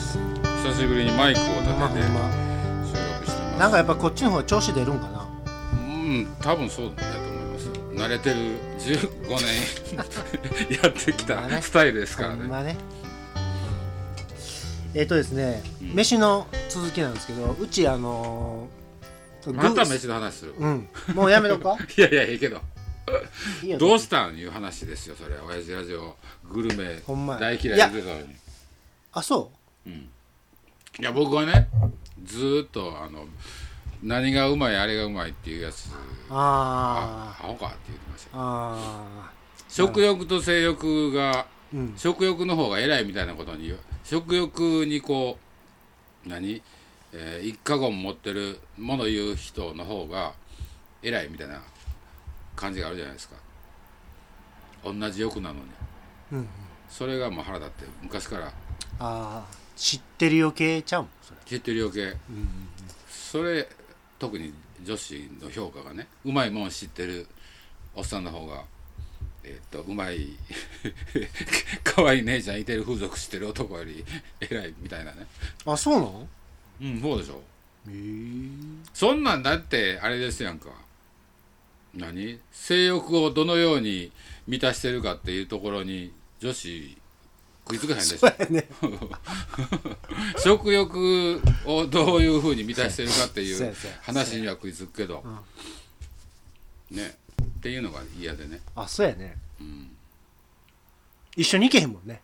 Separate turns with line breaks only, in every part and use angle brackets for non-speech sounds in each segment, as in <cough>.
久しぶりにマイクを立てて
まあほんま
収録してます
なんかやっぱこっちの方が調子出るんかな
うん多分そうだと思います慣れてる15年
<laughs>
やってき
まあね
たスタイルですから
ほ
ね
んまねえっ、とですね、
うん
飯の続きなんですけどうちあのー
また飯の話する
うんもうやめとく
<laughs>
か
いやいやいいけど
いいよ
どうしたんいう話ですよそれは親父ラジオグルメ
ほんまや
大嫌い
いや
言ってたのに
あそ
いや僕はねずーっとあの何がうまいあれがうまいっていうやつ
うあ
アホかって言ってました
ああ
食欲と性欲が
ーうん
食欲の方が偉いみたいなことに言う食欲にこう何、えー一過言持ってるもの言う人の方が偉いみたいな感じがあるじゃないですか同じ欲なのに、
うんうん
それがもう腹立って昔から
ああ知ってる余計ちゃうもんそれ
知ってる余計
うんうん
それ特に女子の評価がねうまいもん知ってるおっさんの方がえっとうまい <laughs> 可愛い姉ちゃんいてる風俗知ってる男より偉いみたいなね
あそうなの
うんそうでしょ
へえ
そんなんだってあれですやんか何性欲をどのように満たしてるかっていうところに女子食いつかへんでし
そ
ょ
うやね
食欲をどういうふうに満たしてるかってい
そうや
う
そうや
話には食いつくけど、ねっていうのが嫌でね、
あそうやね
うん、
一緒に行けへんもんね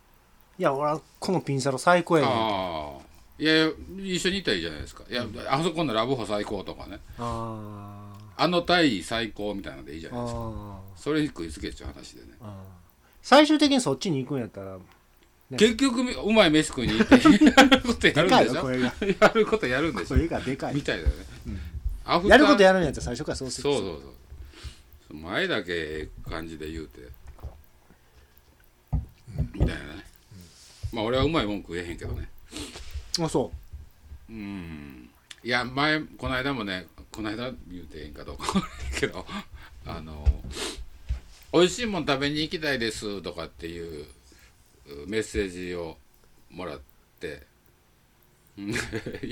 いや俺はこのピンサロ最高やねん
ああいや一緒にいたらいいじゃないですかいや、あそこのラブホ最高とかね
あー
あの対最高みたいなのでいいじゃないですか
あ
それに食いつけちゃう話でね
ーあー最終的にそっちに行くんやったらね
結局うまい飯食い
<laughs>
に行ってやることやる
で
ん
かい
でし
よ
ょ <laughs>
これが
やることやるんでし
こ
ょ
れがでか
み
い
たいだね、アフター
やることやるんやったら最初からそうする
そうそうそう前だけええ感じで言うてみたいなねまあ俺はうまい文句言えへんけどね
あそ
うんいや前この間もねこの間言うてええんかどうかけどあの美味しいもん食べに行きたいですとかっていううメッセージをもらって <laughs> うんい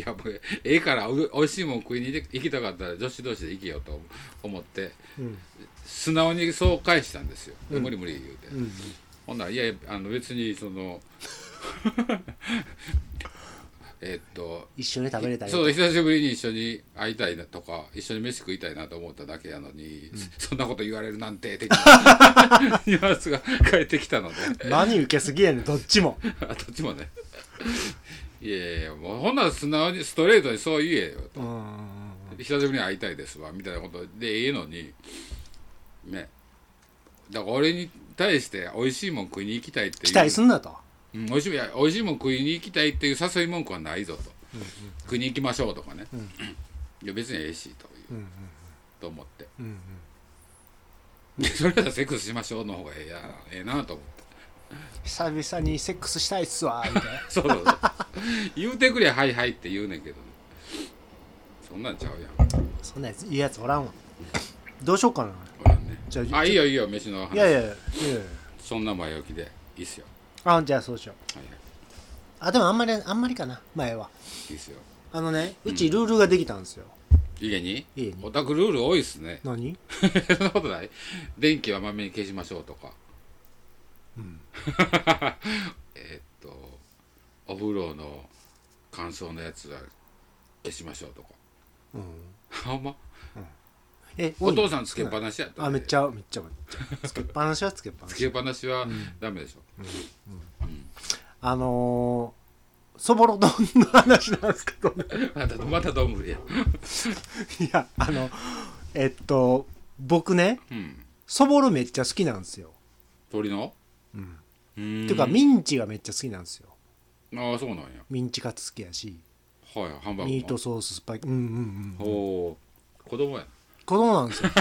やもうええからお美味しいもん食いに行きたかったら女子同士で行けよと思って
ううん
素直にそう返したんですよ、で無理無理言うて、
うん
ほんならいやいやあの別にその <laughs> えっと
一緒に食べれたり
そう久しぶりに一緒に会いたいなとか一緒に飯食いたいなと思っただけやのに、そんなこと言われるなんて的
<laughs>
なニュアンスが返ってきたので <laughs>
何受けすぎやねんどっちも
あどっちもねいやいやいやもうほんなら素直にストレートにそう言えよ
うーん
久しぶりに会いたいですわみたいなことでええのにねだから俺に対して美味しいもん食いに行きたいっていう
期待すんなと
うん、美味しいいや美味しいもん食いに行きたいっていう誘い文句はないぞと、食いに行きましょうとかね、いや別にええしという、
うんうん
と思って
うんうん
でそれだったらセックスしましょうの方がええやええなと思って <laughs>
久々にセックスしたいっすわみたいな <laughs>
そうそうそう言うてくれはいはいって言うねんけど、そんなんちゃうやん
そんなやついいやつおらんわどうしようかな
ほらね
じゃあ
あいいよいいよ飯の話
いやいやいやいやいや
そんな前置きでいいっすよ
あじゃあそうしよう
はいはい
あでもあんまりあんまりかな前はい
いっすよ
あのねうちルールができたんですよ、
家に
家に
オタクルール多いっすね
何
<laughs> そんなことない電気はまめに消しましょうとか
うん
<laughs> えっとお風呂の乾燥のやつは消しましょうとか <laughs>
うん
ほんま
え
お父さ
多い
んつけっぱなしやった
あめっち
ゃ
ゃめっちゃめっちゃつけっぱなしはつけっぱな
つ
し
けっぱなしはダメでしょ、 <laughs>
あのーそぼろ丼の話なんですけど
<laughs>
ね
またまたどんぶりや
いやあのえっと僕ね
うん
そぼろめっちゃ好きなんですよ、
鳥の
うん、
うーん
ていうかミンチがめっちゃ好きなんですよ
ああそうなんや
ミンチカツ好きやし
はいハンバーグも
ミートソーススパイクうんうんうん
おおー子供や
子供なんで
<laughs>
すよ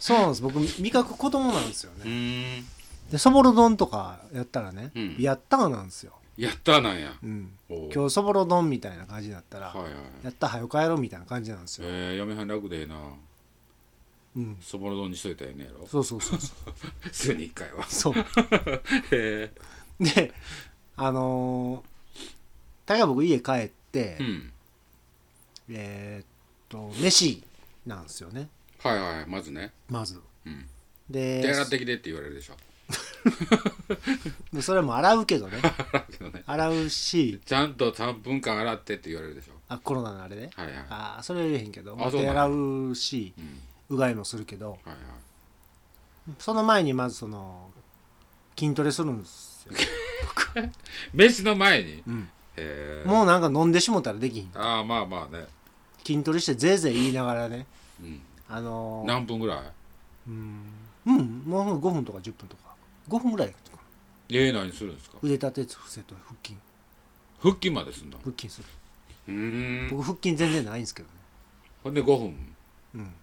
そうなんです僕味覚子供なんですよ
う
ね
ーん
でそぼろ丼とかやったらね、
うん
やったーなんですよ、
やったなんや
うん、
おー
今日そぼろ丼みたいな感じだったら、
はいはい
やったーはよ帰ろうみたいな感じなんですよ、
えー、嫁はん楽でええな
うん、
そぼろ丼にしといたらええねやろ
そうそうそう
<laughs>
そ
週に一回
<laughs>
は
うそう
へえ
<laughs> であのー、大概僕家帰っって、
うん
えーっと飯なんですよね
はいはいまずね
まず、
うん
で
手洗ってきてって言われるでしょ
でそれも洗うけどね <laughs>
だけどね
洗うし
ちゃんと3分間洗ってって言われるでしょ
あコロナのあれね
はいはいはい
あーそれは言えへんけど、まあ
そう
手
なん
洗
や
うし、うがいもするけど
はいはい
その前にまずその筋トレするんですよ、
飯の前に、
うん
えー、
もうなんか飲んでしもたらできひん
ああまあまあね、
筋トレしてぜいぜい言いながらね
うん、
あのー
何分ぐらい
うん、うん、もう5分とか10分とか5分ぐらいとか
ええ何するんですか
腕立て伏せと腹筋
腹筋まですんだ
腹筋する
うーん
僕腹筋全然ないんですけどね
ほんで5分
うん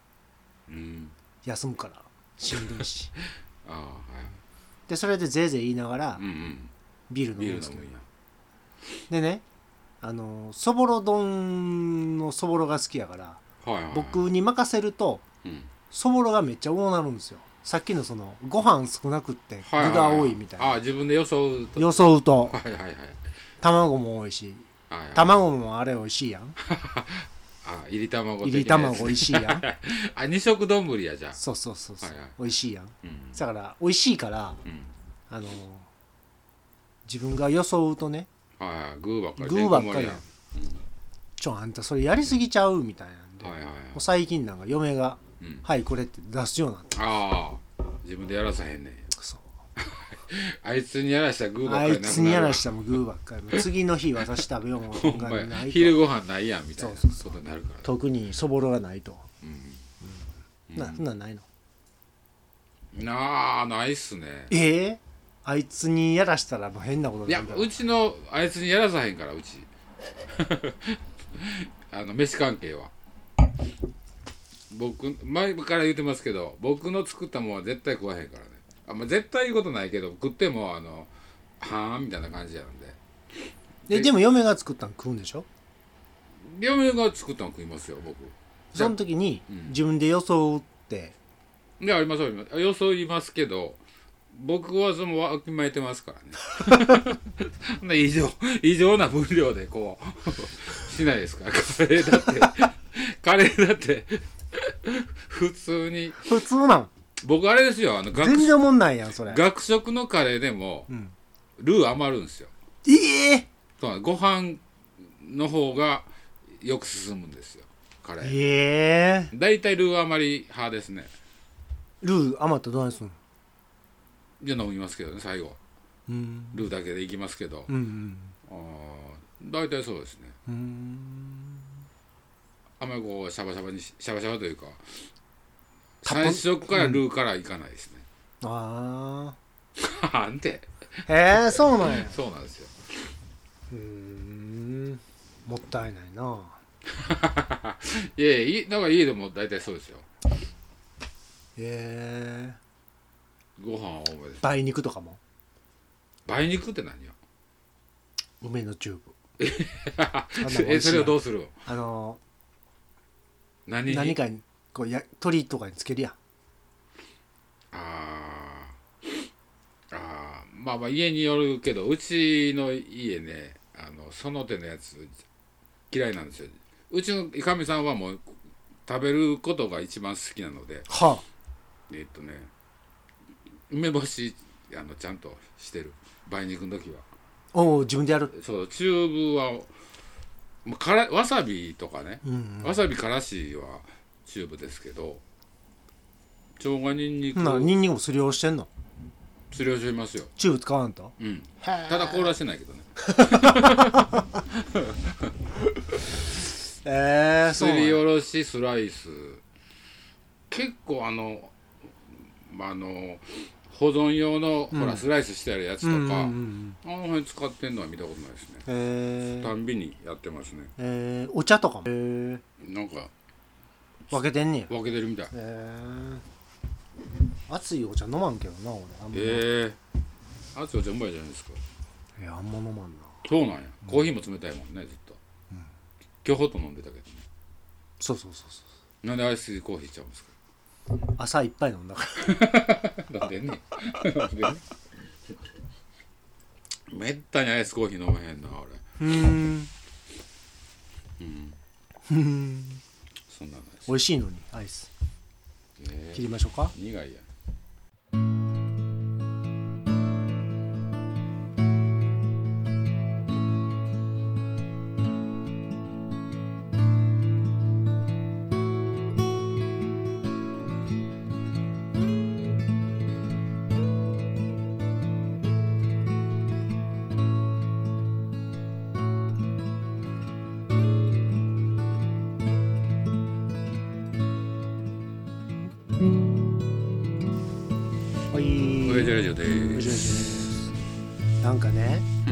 うん
休むからしんど
<laughs>
いし
ああはい
でそれでぜいぜい言いながら
うん
ビー
うん
ル
ビー
飲むんで
ル
す
飲
けど
むんや
でねあのーそぼろ丼のそぼろが好きやから
はいはい
僕に任せると
うん
そぼろがめっちゃ多なるんですよさっきのそのご飯少なくって具が多いみたいな、
ああ自分で予想と
装うと
はいはいはい
卵も多いし
はいはい
卵もあれ美味しいやん
あ入り卵
いり
的なや
卵
つ
美味しいやん
あ二色丼やじゃあ
そうそうそうそう、
はいはい
美味しいやん
うん
だから美味しいから
うん
あのー自分が装うとね
はいはいグーばっかり
グーばっかりや
や
ん
ん
ちょあんたそれやりすぎちゃうみたいなんで、
はいはいはい
もう最近なんか嫁が「
うん
はいこれ」って出すようになって
ああ自分でやらさへんねん
そう
あいつにやらしたらグーばっ
あ
かり
い
なくなる
つにやらしたらもうグーばっかりもう次の日私食べようも
ほん
ん
ま
が
や
ない
昼
と
ご飯ないやんみたいな
そ
ことになるから
特にそぼろがないと、
うん
なそんなんないの
なあないっすね
ええあいつにやらしたらもう変なこと
い
にな
や
るから
うちのあいつにやらさへんからうち <laughs> あの飯関係は僕前から言ってますけど僕の作ったもんは絶対食わへんからねあ、まあ、絶対いうことないけど食ってもあのはあみたいな感じやなんで
ででも嫁が作ったの食うんでしょ
嫁が作ったの食いますよ僕
その時に
うん
自分で装うって、
いやありますありますよそいますけど僕はそのわきまえてますからねそん <laughs> な異常異常な分量でこう <laughs> しないですからカレーだってカレーだって普通に
普通なん
僕あれですよあの
全
学
然おもんないやんそれ
学食のカレーでも
うん
ルー余るんですよ
ええ
そうなんご飯の方がよく進むんですよカレー
ええ
大体ルー余り派ですね
ルー余ったらどうすんの
じゃ飲みますけどね最後
うん
ルーだけでいきますけど
うんうん
あー大体そうですね
うん
あんまりこうシャバシャバにしシャバシャバというか
カポ
最初からルーからいかないですね、 <laughs>
あ
あんて
あへえそうなんや
そうなんですよ
うーんもったいないない
やいやいだから家でも大体そうですよ
ええ
ご飯は多めです
梅肉とかも
梅肉って何よ
梅のチューブ
えそれをどうするの
あの
何に
何かにこうや鳥とかにつけるやん
あーあーまあまあ家によるけどうちの家ねあのその手のやつ嫌いなんですようちのいかみさんはもう食べることが一番好きなので
は
えっとね梅干しあのちゃんとしてる梅肉の時は
あおう自分でやる
そうチューブはまあからわさびとかね、
うん
わさびからしはチューブですけど生姜にんに
う
く
んなニンニクもすりおろしてんの
すりおろしますよ、
チューブ使わんと
うん、
へ
ただ凍らしてないけどね
えー、
す
そうなん
り
や
おろしスライス結構あの、まあ、あの保存用の、ほらスライスしてあるやつと
うんうん
か、
うんうん
あの辺使ってんのは見たことないですね
え
た
ー
んびにやってますね
えー、お茶とかも、えー、
なんか
分けてんねや
分けてるみたい
えー、熱いお茶飲まんけどな俺あんま、
ええー、あつはじゃうまいじゃないですか
いやあんま飲まんな
そうなんやコーヒーも冷たいもんねずっと、今日ほと飲んでたけどね
そうそうそうそ
なんでアイスコーヒーちゃうんですか <laughs>
う朝いっぱい飲んだから
なんでね <laughs> なんでねめったにアイスコーヒー飲まへんな俺
うーんうん
そんなのです
美味しいのにアイス
ね
切りましょうか
苦いやん
はい
ウエジラジオで
おいしいですすなんかね
う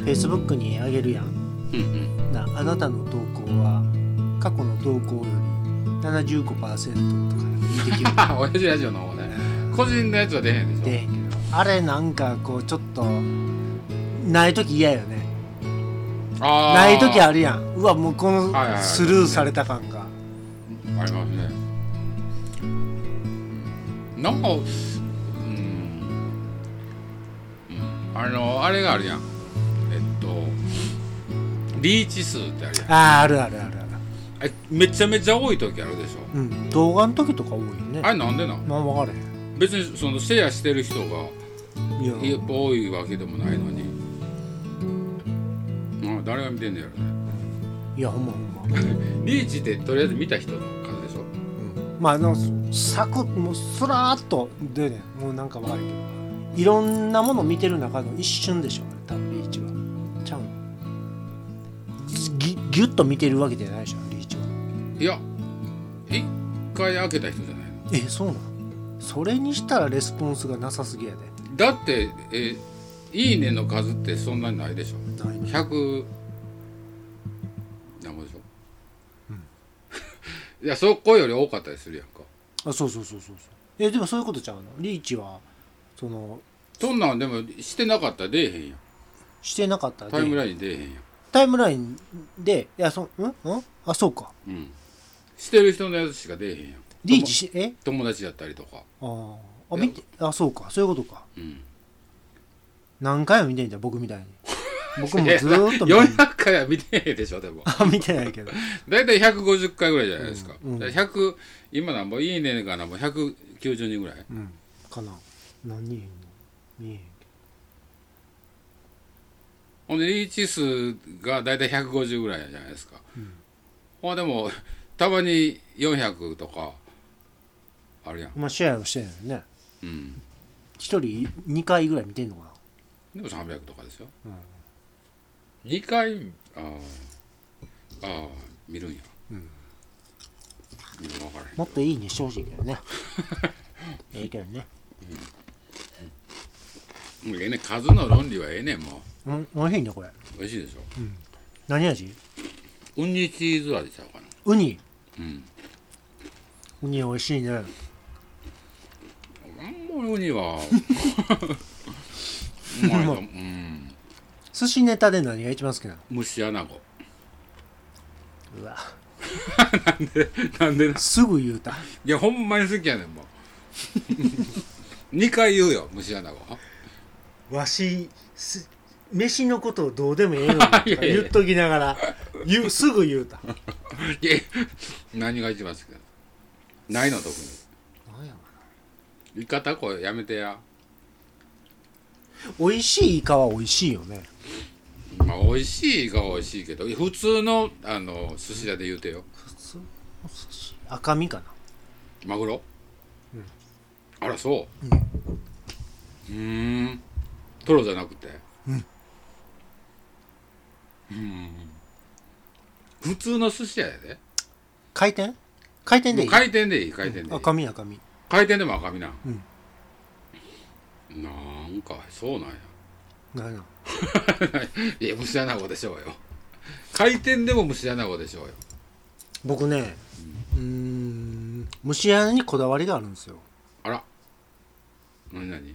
ん
フェイスブックにあげるやん
うんうん
なあなたの投稿は過去の投稿より75%とか似てきる
あ <laughs> 親父ラジオの方ね個人のやつは出へんでしょ
であれなんかこうちょっとない時嫌よね
あー
ない時あるやんうわもうこ
はいはいは
の
い
スルーされた感が、
ありますねなんかうん、うん、あのあれがあるやんえっとリーチ数ってあるやん
あああるあるあるある
あれめちゃめちゃ多い時あるでしょ
うん動画の時とか多いよね
あれなんでなん
まあ分からへ
別にそのシェアしてる人が
んい
い
や
っぱい多いわけでもないのに、うん、誰が見てんねやろね
いやほんまほんま、
リーチってとりあえず見た人の数でしょ
うん、まああのサクッもうスラーっとでねもうなんか分かるけどいろんなもの見てる中の一瞬でしょあれ多分リーチはちゃうんぎギュッと見てるわけじゃないでしょリーチはい
や一回開けた人じゃないの
えそうなんそれにしたらレスポンスがなさすぎやで
だってえーいいねの数ってそんなにないでしょ
ないね
100なんぼでしょ、 <laughs> いやそこより多かったりするやんか
あそうそうそうそうそうえでもそういうことちゃうのリーチはその
そんなんでもしてなかったら出えへんやん
してなかったら
タイム
で
ライン出えへんやん、
タイムラインでいやそんんんあそうか
うん、してる人のやつしか出えへんやん
リーチしえ
友達だったりとか
あーあ見てあそうかそういうことか
うん
何回も見てんじゃん僕
<laughs>
みたいに僕も
いや
ずーっと見てん
400回は見てへんでしょで
<laughs>
も
あ見てないけど
大体150回ぐらいじゃないですか,、
うんうん
だから100今なんぼいいねがなんぼ190人ぐらい
うんかな何人いんの見えへんけ
ほんでリーチ数が大体150ぐらいじゃないですか、まあでもたまに400とかあるやん
どまあシェアをしてんのよね
うん
一人2回ぐらい見てんのか
で
な
も300とかですよ、二2回あーあー見るんや、うん、分からへん
もっといいにしてほしいけ
<laughs>
どねええけどね
もうええねん数の論理はええねんも
うんおいしいねこれ
う美味しいでしょ
何味
ウニチーズ味ちゃうかな
ウニ
うん
ウニ美味しいね
あんまりウニ <laughs> はうまいかもうん
寿司ネタで何が一番好きなの
蒸し穴子
うわ
なんです
ぐ言うた
いやほんまに好きやね <laughs> んもう2回言うよ虫穴子
わしす飯のことをどうでもええのに <laughs>
いやいや
言っときながら言うすぐ言うた
いや何が一番好きなのないの特
なんやろ
にイカタコやめてや
な <laughs> 美味しいイカは美味しいよね
まあ美味しいが美味しいけど普通のあの寿司屋で言うてよ
赤身かな
マグロ、あらそううーんトロじゃなくてうん普通の寿司屋やで
回転回転で
も
い
う
い
回転でいい回転でいい、
赤身赤身
回転でも赤身なん、
うん
なんかそうなんや
なんやろ
いや虫穴子でしょうよ回転でも虫穴子でしょうよ
僕ねうーん蒸し穴にこだわりがあるんですよ
あら何何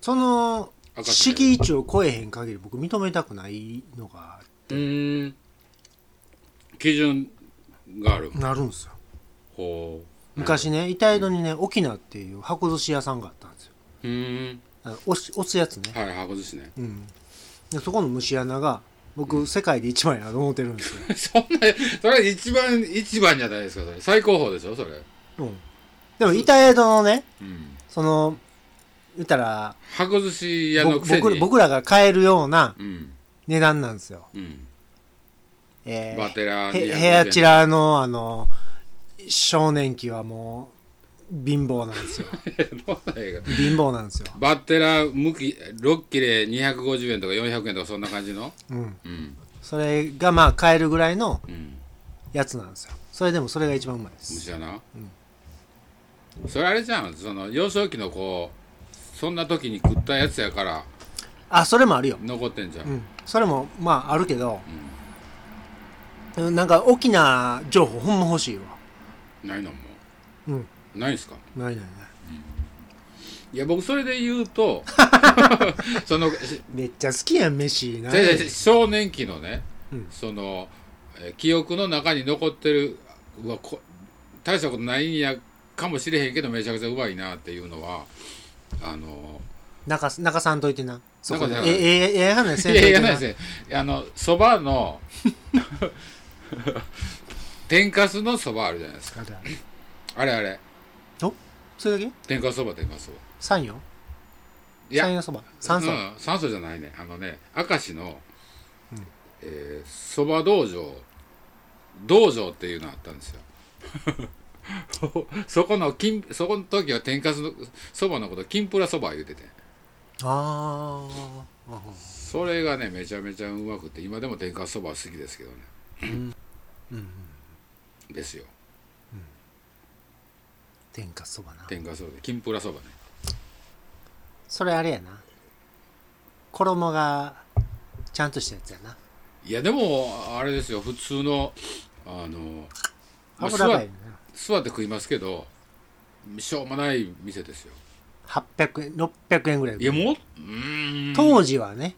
その
赤身
敷地を超えへん限り僕認めたくないのが
うーん基準がある
なるんですよ
ほう
昔ね板江戸にね沖縄っていう箱寿司屋さんがあったんですよ
うーん
あの押し押すやつね、
はい箱寿司ね <laughs>
うん、でそこの蒸し穴が僕世界で一番やと思ってるんです
そ
よ、
んなそれ一番一番じゃないですかそれ最高峰でしょそれ
うん、でも板江戸のね
うん
その言ったら
箱寿司屋の
僕
くせに
僕僕らが買えるような
うん
値段なんですよ、
うん
えー
バテラ
へ
200
ヘアチラのあの少年期はもう貧乏なん
<laughs>
ですよ
どんな映画
貧乏なんですよ、
バッテラ向き6切れ250円とか400円とかそんな感じの
うん、
うん
それがまあ買えるぐらいの
うん
やつなんですよそれでもそれが一番うまいです
虫やな、それあれじゃんその幼少期のこうそんな時に食ったやつやから
あそれもあるよ、
残ってんじゃん、
うん、それもまああるけど、うんなんか大きな情報ほんま欲しいわ
ないのも
うん
うないんすか
ないないない
いや僕それで言う
<laughs>
とそのし
めっちゃ好きやん飯な
先生少年期のね、
うん
そのえ記憶の中に残ってるうわこ大したことないんやかもしれへんけどめちゃくちゃうまいなっていうのはあの
泣かす泣かさんといてなそこで
泣
え
かさん
ええええ話せん
い
とい
やい
て
や
な
ないですねあのそば
<laughs>
の天かすのそばあるじゃないですか
あれあれ
あれあれ
それだけ
天かすそば天かすそば
三よ
いや
三よそば三層、
うん、酸素じゃないねあのね明石のえーそば、道場道場っていうのあったんですよ <laughs> そこの金そこの時は天かすのそばのこと金ぷらそば言うてて
ああ
それがねめちゃめちゃうまくて今でも天かすそばは好きですけどね
うん
ですよ
天下そばな
天かすそばで金ぷらそばね
それあれやな衣がちゃんとしたやつやない
やでもあれですよ普通のあのまあ
油がいいな
座って食いますけどしょうもない店ですよ
800円600円ぐらい
いやもううーん
当時はね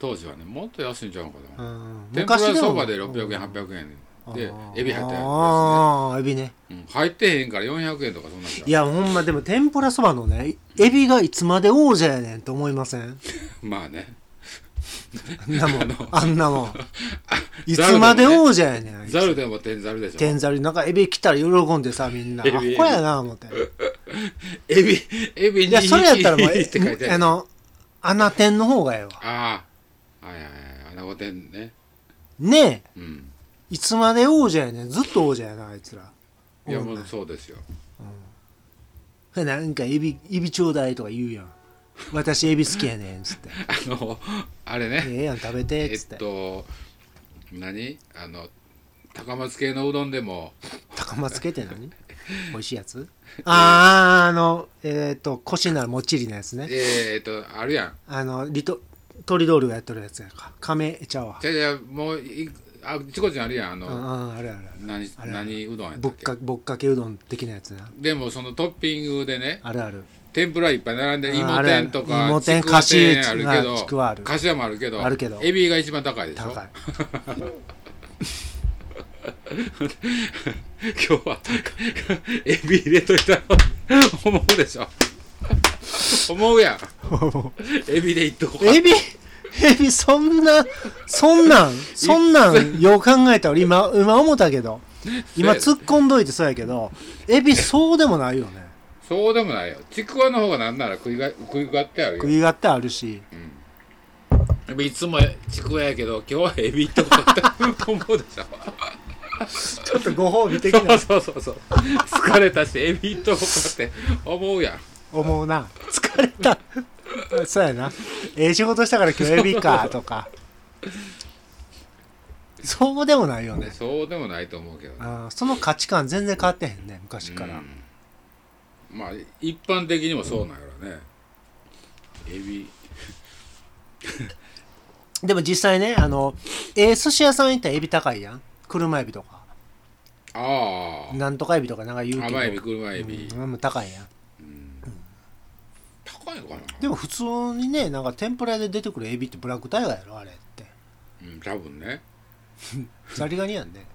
当時はねもっと安いんちゃうか
う
な、
ん
天ぷらそばで
も
600円800円で
あー
エビ入ってあ
ああエビね
るんですね、うん、入ってへんから400円とかそんなんちゃう
いやほんまでも天ぷらそばのねエビがいつまで王者やねんと思いません
まあね
あんなも
あの
んあん
<laughs>
なもんい
ザル
つ
でも
ま
ね
で王者やねんあいつ
ざるでも天ざるでしょ
天ざりなんかエビ来たら喜んでさみんなあ
エビ
こ
エビ
やな思って
エビエビに
いやそれやったらも
<laughs>
う
って書いて
えあ
ある
の穴天の方がええわ
ああはいはいはい穴子天ね
ね
う
え
ん
いつまで王者やねんずっと王者やなあいつら
いや
ほん
も
ま
うそうですよ
なんかエビエビちょうだいとか言うやん私エビ好きやねんっつって
あのあれね
ええやん食べてっ
え
つっ、
ってと何あの高松系のうどんでも
高松家って何美味しいやつあーあのえっ、とコシのあるもっちりなやつね
えー、っとあるやん
あのリトトリドールがやってるやつやんか亀ちゃうわ
じゃあじゃあもういあちこちにあるやんあ
うんう
の
んあるあるある
何
れ
何うどんやった
ぶっ
っけ
かぶっかけうどん的なやつな
でもそのトッピングでね
あるある
天ぷらいっぱい並んで
うん
芋
あれ
天とか
芋天
ちくわ天
かし
ある
あち
け
くわあ
ど
る
かしわもあるけど
あるけど
エビが一番高いでしょ
高い
今日は <laughs> エビ入れといたら思うでしょ <laughs> 思うやんエビでいっとこうか
エビエビそんなそんなんそんなんよう考えたら今今思ったけど今突っ込んどいてそうやけどエビそうでもないよね
そうでもないよちくわの方がなんなら食いが食いがってあるよ
食いがってあるし
でもいつもちくわやけど今日はエビいっとこうかって思うでしょ
ちょっとご褒美的
そうそうそうそう疲れたしエビいっとこうかって思うやん
思うな疲れたそうやなええ仕事したから今日エビかとかそうでもないよね
そうでもないと思うけどね
あーその価値観全然変わってへんね昔か
う
ら、
んまあ一般的にもそうなんやろね、エビ
でも実際ねあのええ寿司屋さん行ったらエビ高いやん車エビとか
あ
なんとかエビとかなんか言う
あ
けど
甘エビ車エビ、
うんうん高いやん
高いのかな
でも普通にねなんか天ぷらで出てくるエビってブラックタイガーやろあれって
うん多分
<laughs>
ね
ザリガニやんね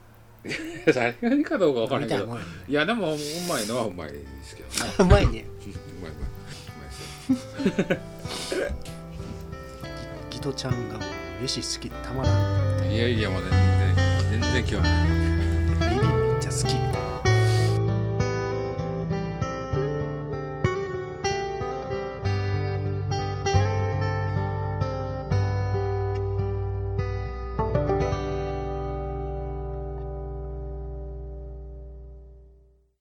誰がいいかどうか分から
み
んけ
たいな
ど
もんやね
いやでもうまいのはうまいですけどね
<laughs> うまいね
うまいうまいうまいですよ
ギトちゃんが飯好きたまらん
いやいやもう全然全然興味ない